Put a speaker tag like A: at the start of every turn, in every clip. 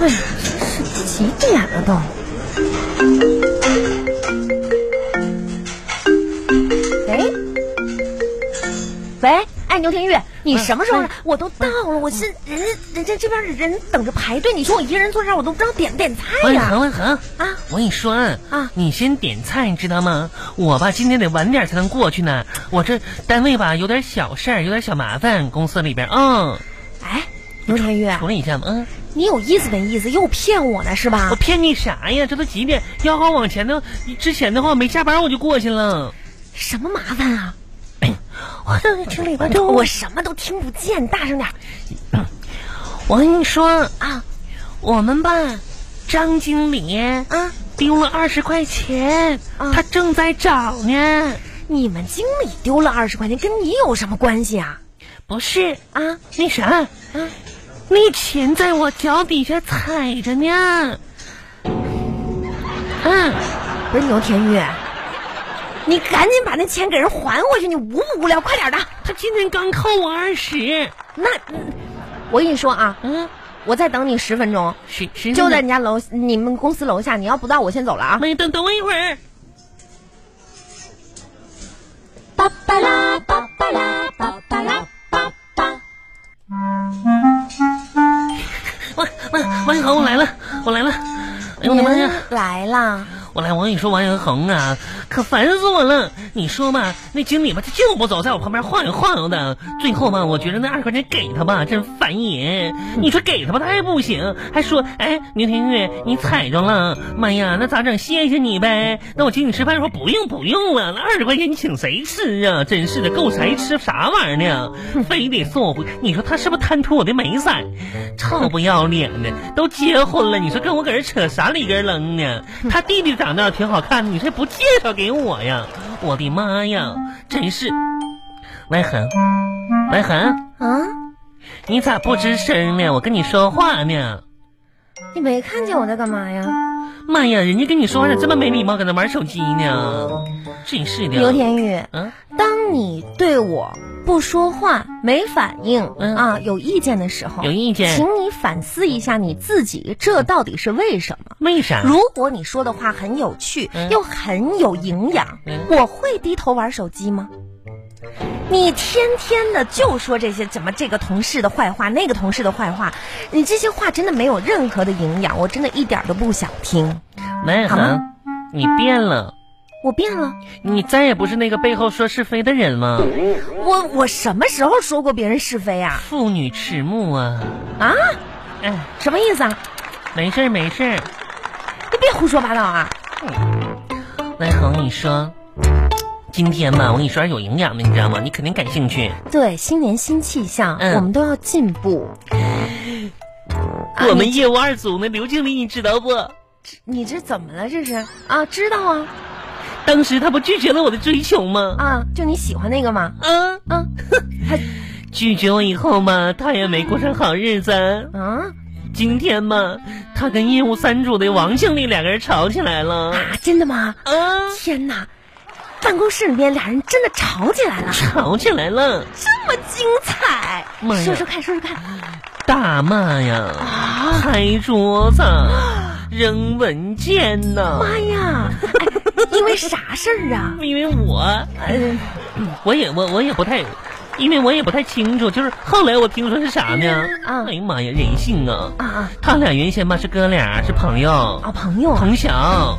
A: 哎呀，是几点了都？喂，喂，哎，牛天玉，你什么时候来？我都到了，我现人家人家这边人等着排队，你说我一个人坐这儿，我都不知道点不点菜
B: 王一
A: 哎呀、
B: 恒，王一恒
A: 啊！
B: 我跟你说
A: 啊
B: 你先点菜，你知道吗？我吧今天得晚点才能过去呢，我这单位吧有点小事儿，有点小麻烦，公司里边，嗯，
A: 哎，牛天玉，
B: 处理一下嘛，嗯，
A: 你有意思没意思？又骗我呢是吧
B: 我？骗你啥呀？这都几点？要我往前头之前的话，没下班我就过去了。
A: 什么麻烦啊？
B: 我这里边
A: 我什么都听不见，你大声点儿
B: 我跟你说，
A: 啊
B: 我们吧，张经理
A: 啊！
B: 丢了二十块钱，
A: 啊
B: 他正在找呢。
A: 你们经理丢了二十块钱，跟你有什么关系啊？
B: 不是
A: 啊，
B: 那啥，
A: 嗯
B: 那钱在我脚底下踩着呢。嗯，
A: 不是牛天玉，你赶紧把那钱给人还回去！你无不无聊？快点的！
B: 他今天刚扣我二十。
A: 那，嗯我跟你说啊，
B: 嗯，
A: 我再等你十分钟，
B: 谁谁
A: 就在你家楼，你们公司楼下。你要不到，我先走了啊！
B: 没等等我一会儿。
A: 巴巴拉巴巴拉巴巴拉巴巴。
B: 王王王一恒，我来了，我来了。哎呦我的妈呀！
A: 您嗯来啦！
B: 我来，我跟你说，王一恒啊，可烦死我了。你说吧，那经理吧，他就不走，在我旁边晃悠晃悠的。最后吧，我觉得那二十块钱给他吧，真烦人。你说给他吧，他还不行，还说，哎，牛天玉，你踩着了，妈呀，那咋整？谢谢你呗。那我请你吃饭，说不用不用了，那二十块钱你请谁吃啊？真是的，够谁吃啥玩意儿 呢？非得送我回，你说他是不是贪图我的美色？臭不要脸的，都结婚了，你说跟我搁这扯啥里根楞呢？他弟弟长得挺好看的，你说不介绍给我呀？我的妈呀，真是！来恒，来恒，
A: 啊，
B: 你咋不吱声呢？我跟你说话呢。
A: 你没看见我在干嘛呀？
B: 妈呀，人家跟你说话咋这么没礼貌，搁那玩手机呢？真是的。
A: 刘天宇，
B: 嗯，
A: 当你对我不说话、没反应、
B: 嗯
A: 啊有意见的时候，
B: 有意见
A: 请你反思一下你自己，这到底是为什么？
B: 为啥？
A: 如果你说的话很有趣，
B: 啊嗯
A: 又很有营养，
B: 嗯
A: 我会低头玩手机吗？你天天的就说这些怎么这个同事的坏话，那个同事的坏话，你这些话真的没有任何的营养，我真的一点儿都不想听。
B: 来
A: 好吗
B: 恒，你变了，
A: 我变了，
B: 你再也不是那个背后说是非的人了。
A: 我我什么时候说过别人是非啊？
B: 妇女迟暮啊！
A: 啊？
B: 哎，
A: 什么意思啊？
B: 没事儿没事儿。
A: 你别胡说八道啊！
B: 来恒，你说，今天吧，我跟你说点有营养的，你知道吗？你肯定感兴趣。
A: 对，新年新气象，
B: 嗯
A: 我们都要进步。啊
B: 我们业务二组那刘经理，你知道不？
A: 你这怎么了？这是啊，知道啊
B: 当时他不拒绝了我的追求吗？
A: 啊，就你喜欢那个吗？
B: 啊，
A: 啊
B: 拒绝我以后嘛，他也没过上好日子。
A: 啊
B: 今天嘛，他跟业务三组的王经理两个人吵起来了。
A: 啊！真的吗？
B: 啊，
A: 天哪！办公室里面俩人真的吵起来了，
B: 吵起来了，
A: 这么精彩！
B: 妈呀
A: 说说看，说说看，
B: 大骂呀，拍桌子，扔文件呐、
A: 妈呀！哎因为啥事儿啊？
B: 因为我，我也我我也不太，因为我也不太清楚，就是后来我听说是啥呢？
A: 啊
B: 哎呀妈呀，人性啊！
A: 啊啊
B: 他俩原先吧是哥俩，是朋友，
A: 啊！朋友啊，
B: 同乡。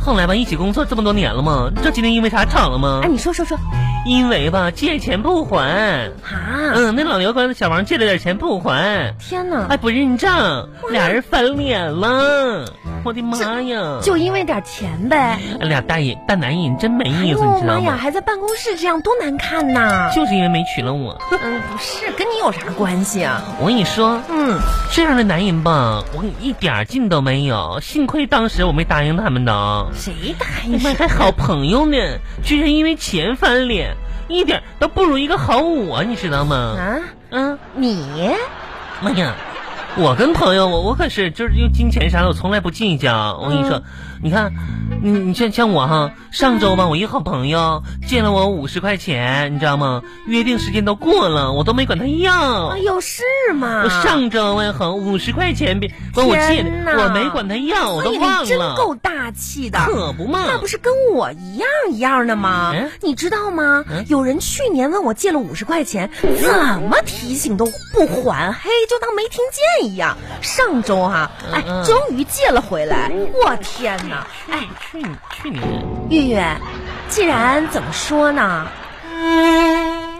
B: 后来吧，一起工作这么多年了嘛，你知道今天因为啥吵了吗
A: 哎，？你说说说
B: 因为吧借钱不还，
A: 啊！
B: 嗯，哎那老刘管小王借了点钱不还，
A: 天哪
B: 还！嗯不认账，俩人翻脸了。我的妈呀！哎
A: 就因为点钱呗。
B: 俩大爷大男人真没
A: 哎
B: 意
A: 呦
B: 思，你知
A: 妈
B: 道
A: 呀，
B: 吗？
A: 还在办公室这样多难看呐！
B: 就是因为没娶了我。
A: 嗯，不是，跟你有啥关系啊？
B: 我跟你说，
A: 嗯，
B: 这样的男人吧，我跟你一点儿劲都没有。幸亏当时我没答应他们的，
A: 谁答
B: 你
A: 应
B: 们还好朋友呢，居然因为钱翻脸，一点儿都不如一个好我，你知道吗？
A: 啊？
B: 嗯，
A: 你
B: 妈呀，我跟朋友，我我可是就是用金钱啥的，我从来不计较。我跟你说，
A: 嗯
B: 你看，你你像像我哈，上周吧，我一个好朋友借了我五十块钱，你知道吗？约定时间都过了，我都没管他要
A: 哎。呦，是吗？
B: 我上周问恒五十块钱别管我借的
A: 天，哪
B: 我没管他要，我
A: 所
B: 都
A: 以
B: 忘
A: 你真
B: 了。
A: 够大气的。
B: 可不嘛，
A: 那不是跟我一样一样的吗？
B: 嗯
A: 你知道吗？
B: 嗯
A: 有人去年问我借了五十块钱，怎么提醒都不还，嘿，就当没听见一样。上周哈、哎
B: 嗯，嗯
A: 终于借了回来。我天哪！
B: 哎，去去年，
A: 月月，既然怎么说呢，
B: 嗯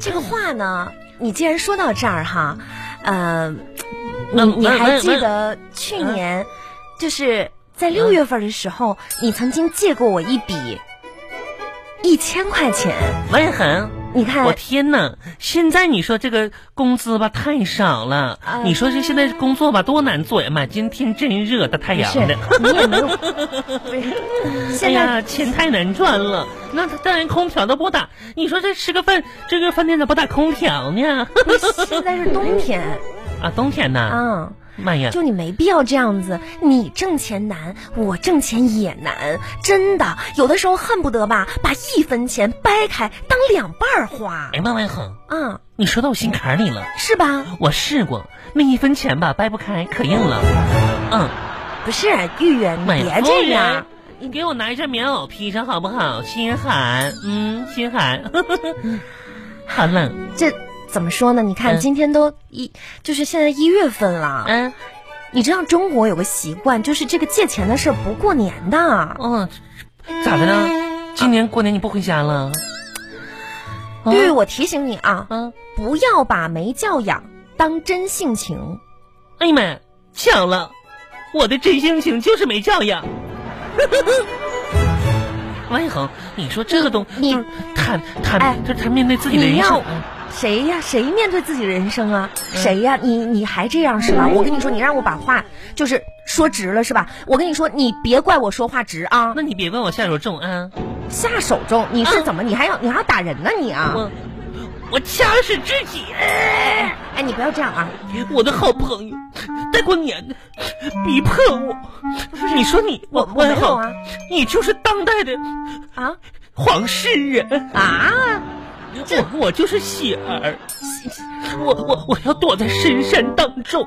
A: 这个话呢，你既然说到这儿哈，呃，你
B: 那
A: 嗯你
B: 那
A: 还
B: 那
A: 记
B: 那
A: 得去
B: 嗯
A: 年，就是在六月份的时候，你曾经借过我一笔一千块钱，
B: 万恒，
A: 你看
B: 我，天哪！现在你说这个工资吧太少了，
A: 啊
B: 你说这现在工作吧多难做呀！妈，今天真热，大太
A: 不
B: 阳
A: 是
B: 的，
A: 你也没有， 不是，
B: 哎
A: 现在
B: 呀，钱太难赚了。那他当然空调都不打，你说这吃个饭，这个饭店咋不打空调呢？
A: 现在是冬天，
B: 啊，冬天呐，
A: 嗯。
B: 妈呀！
A: 就你没必要这样子，你挣钱难，我挣钱也难，真的，有的时候恨不得吧，把一分钱掰开当两半儿花
B: 哎，呀妈，万恒，
A: 啊、
B: 你说到我心坎里了。
A: 是吧？
B: 我试过，那一分钱吧掰不开，可硬了。嗯，
A: 不是，玉圆，你
B: 美
A: 别
B: 夫
A: 这
B: 人
A: 样，，
B: 你给我拿一件棉袄披上好不好？心寒，嗯，心寒， 好冷，
A: 这怎么说呢？你看
B: 嗯
A: 今天都一，就是现在一月份了，
B: 嗯，
A: 你知道中国有个习惯，就是这个借钱的事儿不过年的。
B: 哦，咋的呢？今年过年你不回家了？啊
A: 玉，我提醒你啊，
B: 啊，
A: 不要把没教养当真性情。
B: 哎呀妈呀，巧了，我的真性情就是没 教养。万恒，你说这个东，
A: 你
B: 就是坦坦，
A: 哎
B: 就是他面对自己的
A: 你
B: 人
A: 要
B: 生，啊
A: 谁呀？谁面对自己的人生啊？
B: 嗯
A: 谁呀？你你还这样是吧？我跟你说，你让我把话就是说直了是吧？我跟你说，你别怪我说话直啊，
B: 那你别怪我下手重啊。
A: 下手重。你
B: 嗯
A: 是怎么？你还要你还要打人呢你啊？
B: 我我掐死自己！啊
A: 哎，你不要这样啊！
B: 我的好朋友大过年的逼迫我，你说你
A: 我我
B: 万
A: 没有
B: 恒
A: 啊
B: 你就是当代的
A: 啊
B: 黄世仁，
A: 啊！
B: 我我就是喜儿，我我我要躲在深山当中，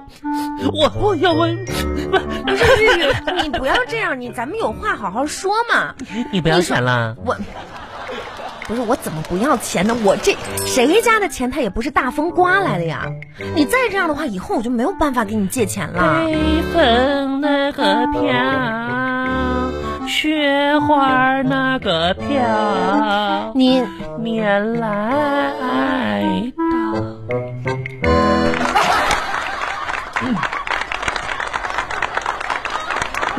B: 我我要问，
A: 不是不 是，你不要这样，你咱们有话好好说嘛。
B: 你不要钱了，
A: 我不是我怎么不要钱呢？我这谁家的钱他也不是大风刮来的呀！你再这样的话，以后我就没有办法给你借钱了。
B: 哎风那个飘，雪花那个飘。
A: 你
B: 免来到。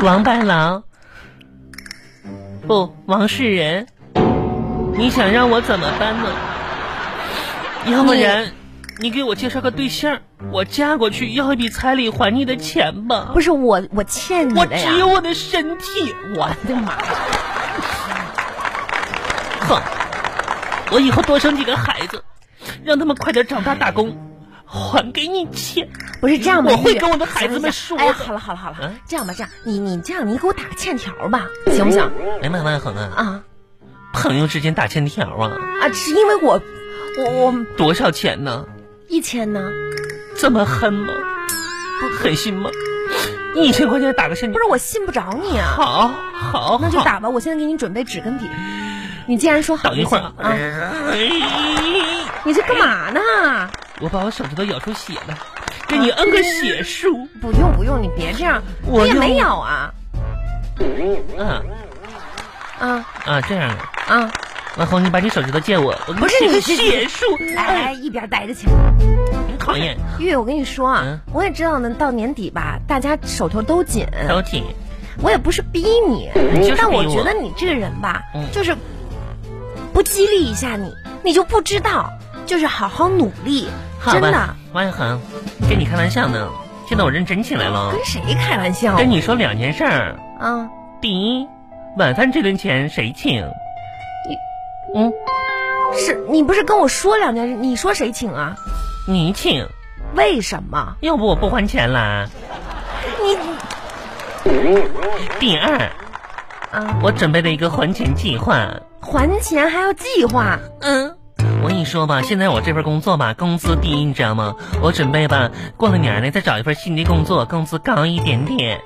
B: 王伴郎，不，王世仁，你想让我怎么办呢？要不然，你给我介绍个对象，我嫁过去要一笔彩礼还你的钱吧
A: 不。是我，我欠你
B: 我
A: 的呀
B: 只！有我的身体，我
A: 我的妈！
B: 哼，我以后多生几个孩子，让他们快点长大打工，还给你钱。
A: 不是这样吧？
B: 我会
A: 玉
B: 跟我的孩子们说
A: 哎呀，
B: 的
A: 好了好了好了，
B: 嗯
A: 这样吧，这样你你这样，你给我打个欠条吧，行不行？
B: 哎妈妈恒啊，
A: 啊
B: 朋友之间打欠条啊，
A: 啊，是因为我我我
B: 多少钱呢？
A: 一千呢？
B: 这么恨吗？不狠心吗？一千块钱打个欠
A: 不
B: 条，
A: 是我信不着你啊。
B: 好，好，
A: 那就
B: 好。
A: 打吧，我现在给你准备纸跟笔。你既然说好，
B: 等一会儿啊！
A: 啊，
B: 哎
A: 你这干嘛呢？
B: 我把我手指头咬出血了，给你摁个血书。
A: 不用不用，你别这样，
B: 我
A: 也
B: 用
A: 没咬啊
B: 啊
A: 啊
B: 啊，这样的，
A: 啊！
B: 王红，你把你手指头借我，我给
A: 不是
B: 写
A: 你
B: 个
A: 是
B: 血书。
A: 来
B: 哎，嗯
A: 来，一边待着去。
B: 你讨厌，
A: 玉，我跟你说啊
B: 嗯，
A: 我也知道呢，到年底吧，大家手头都紧，
B: 都挺。
A: 我也不是逼你
B: 你就是，
A: 但
B: 逼
A: 我
B: 我
A: 觉得你这个人吧，
B: 嗯
A: 就是不激励一下你，你就不知道，就是好好努力，
B: 好
A: 真的
B: 吧，。王一恒，跟你开玩笑呢，现在我认真起来了。
A: 跟谁开玩笑
B: 跟你说两件事儿，
A: 啊？
B: 第一，晚饭这顿钱谁请？嗯，
A: 是你不是跟我说两件事？你说谁请啊？
B: 你请。
A: 为什么？
B: 要不我不还钱啦。
A: 你
B: 第二，
A: 啊，
B: 我准备了一个还钱计划。
A: 还钱还要计划？
B: 嗯，我跟你说吧，现在我这份工作吧，工资低，你知道吗？我准备吧，过了年呢再找一份新的工作，工资高一点点。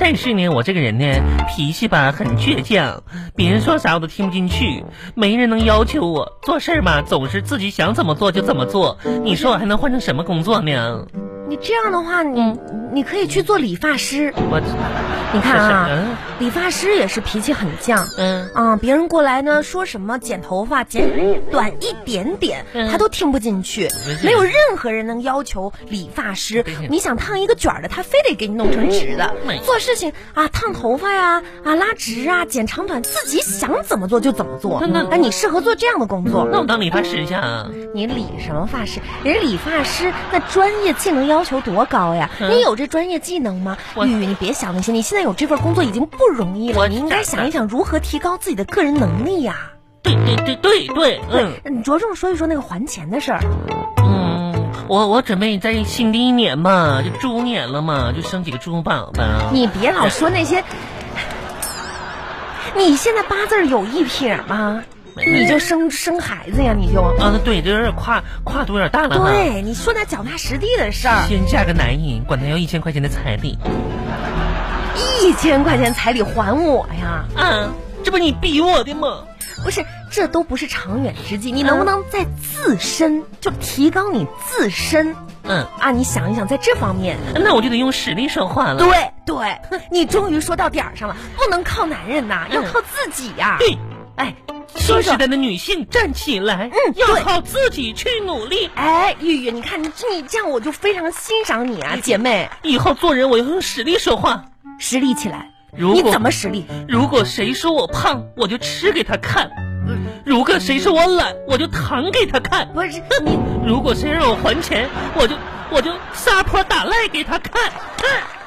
B: 但是呢，我这个人呢，脾气吧很倔强，别人说啥我都听不进去，没人能要求我做事儿吧，总是自己想怎么做就怎么做。你说我还能换成什么工作呢？
A: 你这样的话，你
B: 嗯
A: 你可以去做理发师。
B: 我，
A: 你看
B: 这是嗯
A: 啊，理发师也是脾气很犟。
B: 嗯，
A: 啊、别人过来呢，说什么剪头发剪短一点点，
B: 嗯
A: 他都听不进去
B: 不是。
A: 没有任何人能要求理发师
B: 不是，
A: 你想烫一个卷儿的，他非得给你弄成直的
B: 没。
A: 做事情啊，烫头发呀、啊，拉直啊，剪长短，自己想怎么做就怎么做。
B: 那那
A: 哎，你适合做这样的工作。
B: 那我当理发师去啊？
A: 你理什么发师？人家理发师那专业技能要求多高呀！
B: 嗯
A: 你有这专业技能吗？
B: 我
A: 玉玉，你别想那些，你现在有这份工作已经不容易
B: 我
A: 了，你应该
B: 知道
A: 想一想如何提高自己的个人能力呀、
B: 对对对对对，嗯。
A: 你着重说一说那个还钱的事儿。
B: 嗯，我我准备在新的一年嘛，就猪年了嘛，就生几个猪宝宝。
A: 你别老说那些， 你现在八字儿有一撇吗？
B: 没
A: 你就生生孩子呀，你就。
B: 啊，对，这有点跨跨度有点大了哈。，
A: 对，你说点脚踏实地的事儿。
B: 先嫁个男人，管他要一千块钱的彩礼。
A: 一千块钱彩礼还我呀？
B: 啊，这不你逼我的吗？
A: 不是，这都不是长远之计。你能不能在自身就提高你自身
B: 嗯，
A: 啊？你想一想，在这方面，
B: 那我就得用实力说话了。
A: 对对，你终于说到点儿上了，不能靠男人呐，
B: 嗯
A: 要靠自己呀、
B: 对，
A: 哎，
B: 新
A: 说
B: 时
A: 说。
B: 代的女性站起来，
A: 嗯
B: 要
A: 对
B: 靠自己去努力。
A: 哎，玉玉，你看你你这样，我就非常欣赏你啊，姐妹，
B: 以后做人我要用实力说话。
A: 实力起来。
B: 如
A: 你
B: 果
A: 怎么实力？
B: 如果谁说我胖，我就吃给他看；
A: 嗯
B: 如果谁说我懒，我就躺给他看。
A: 不是你，
B: 如果谁让我还钱，我就我就撒泼打赖给他看。哼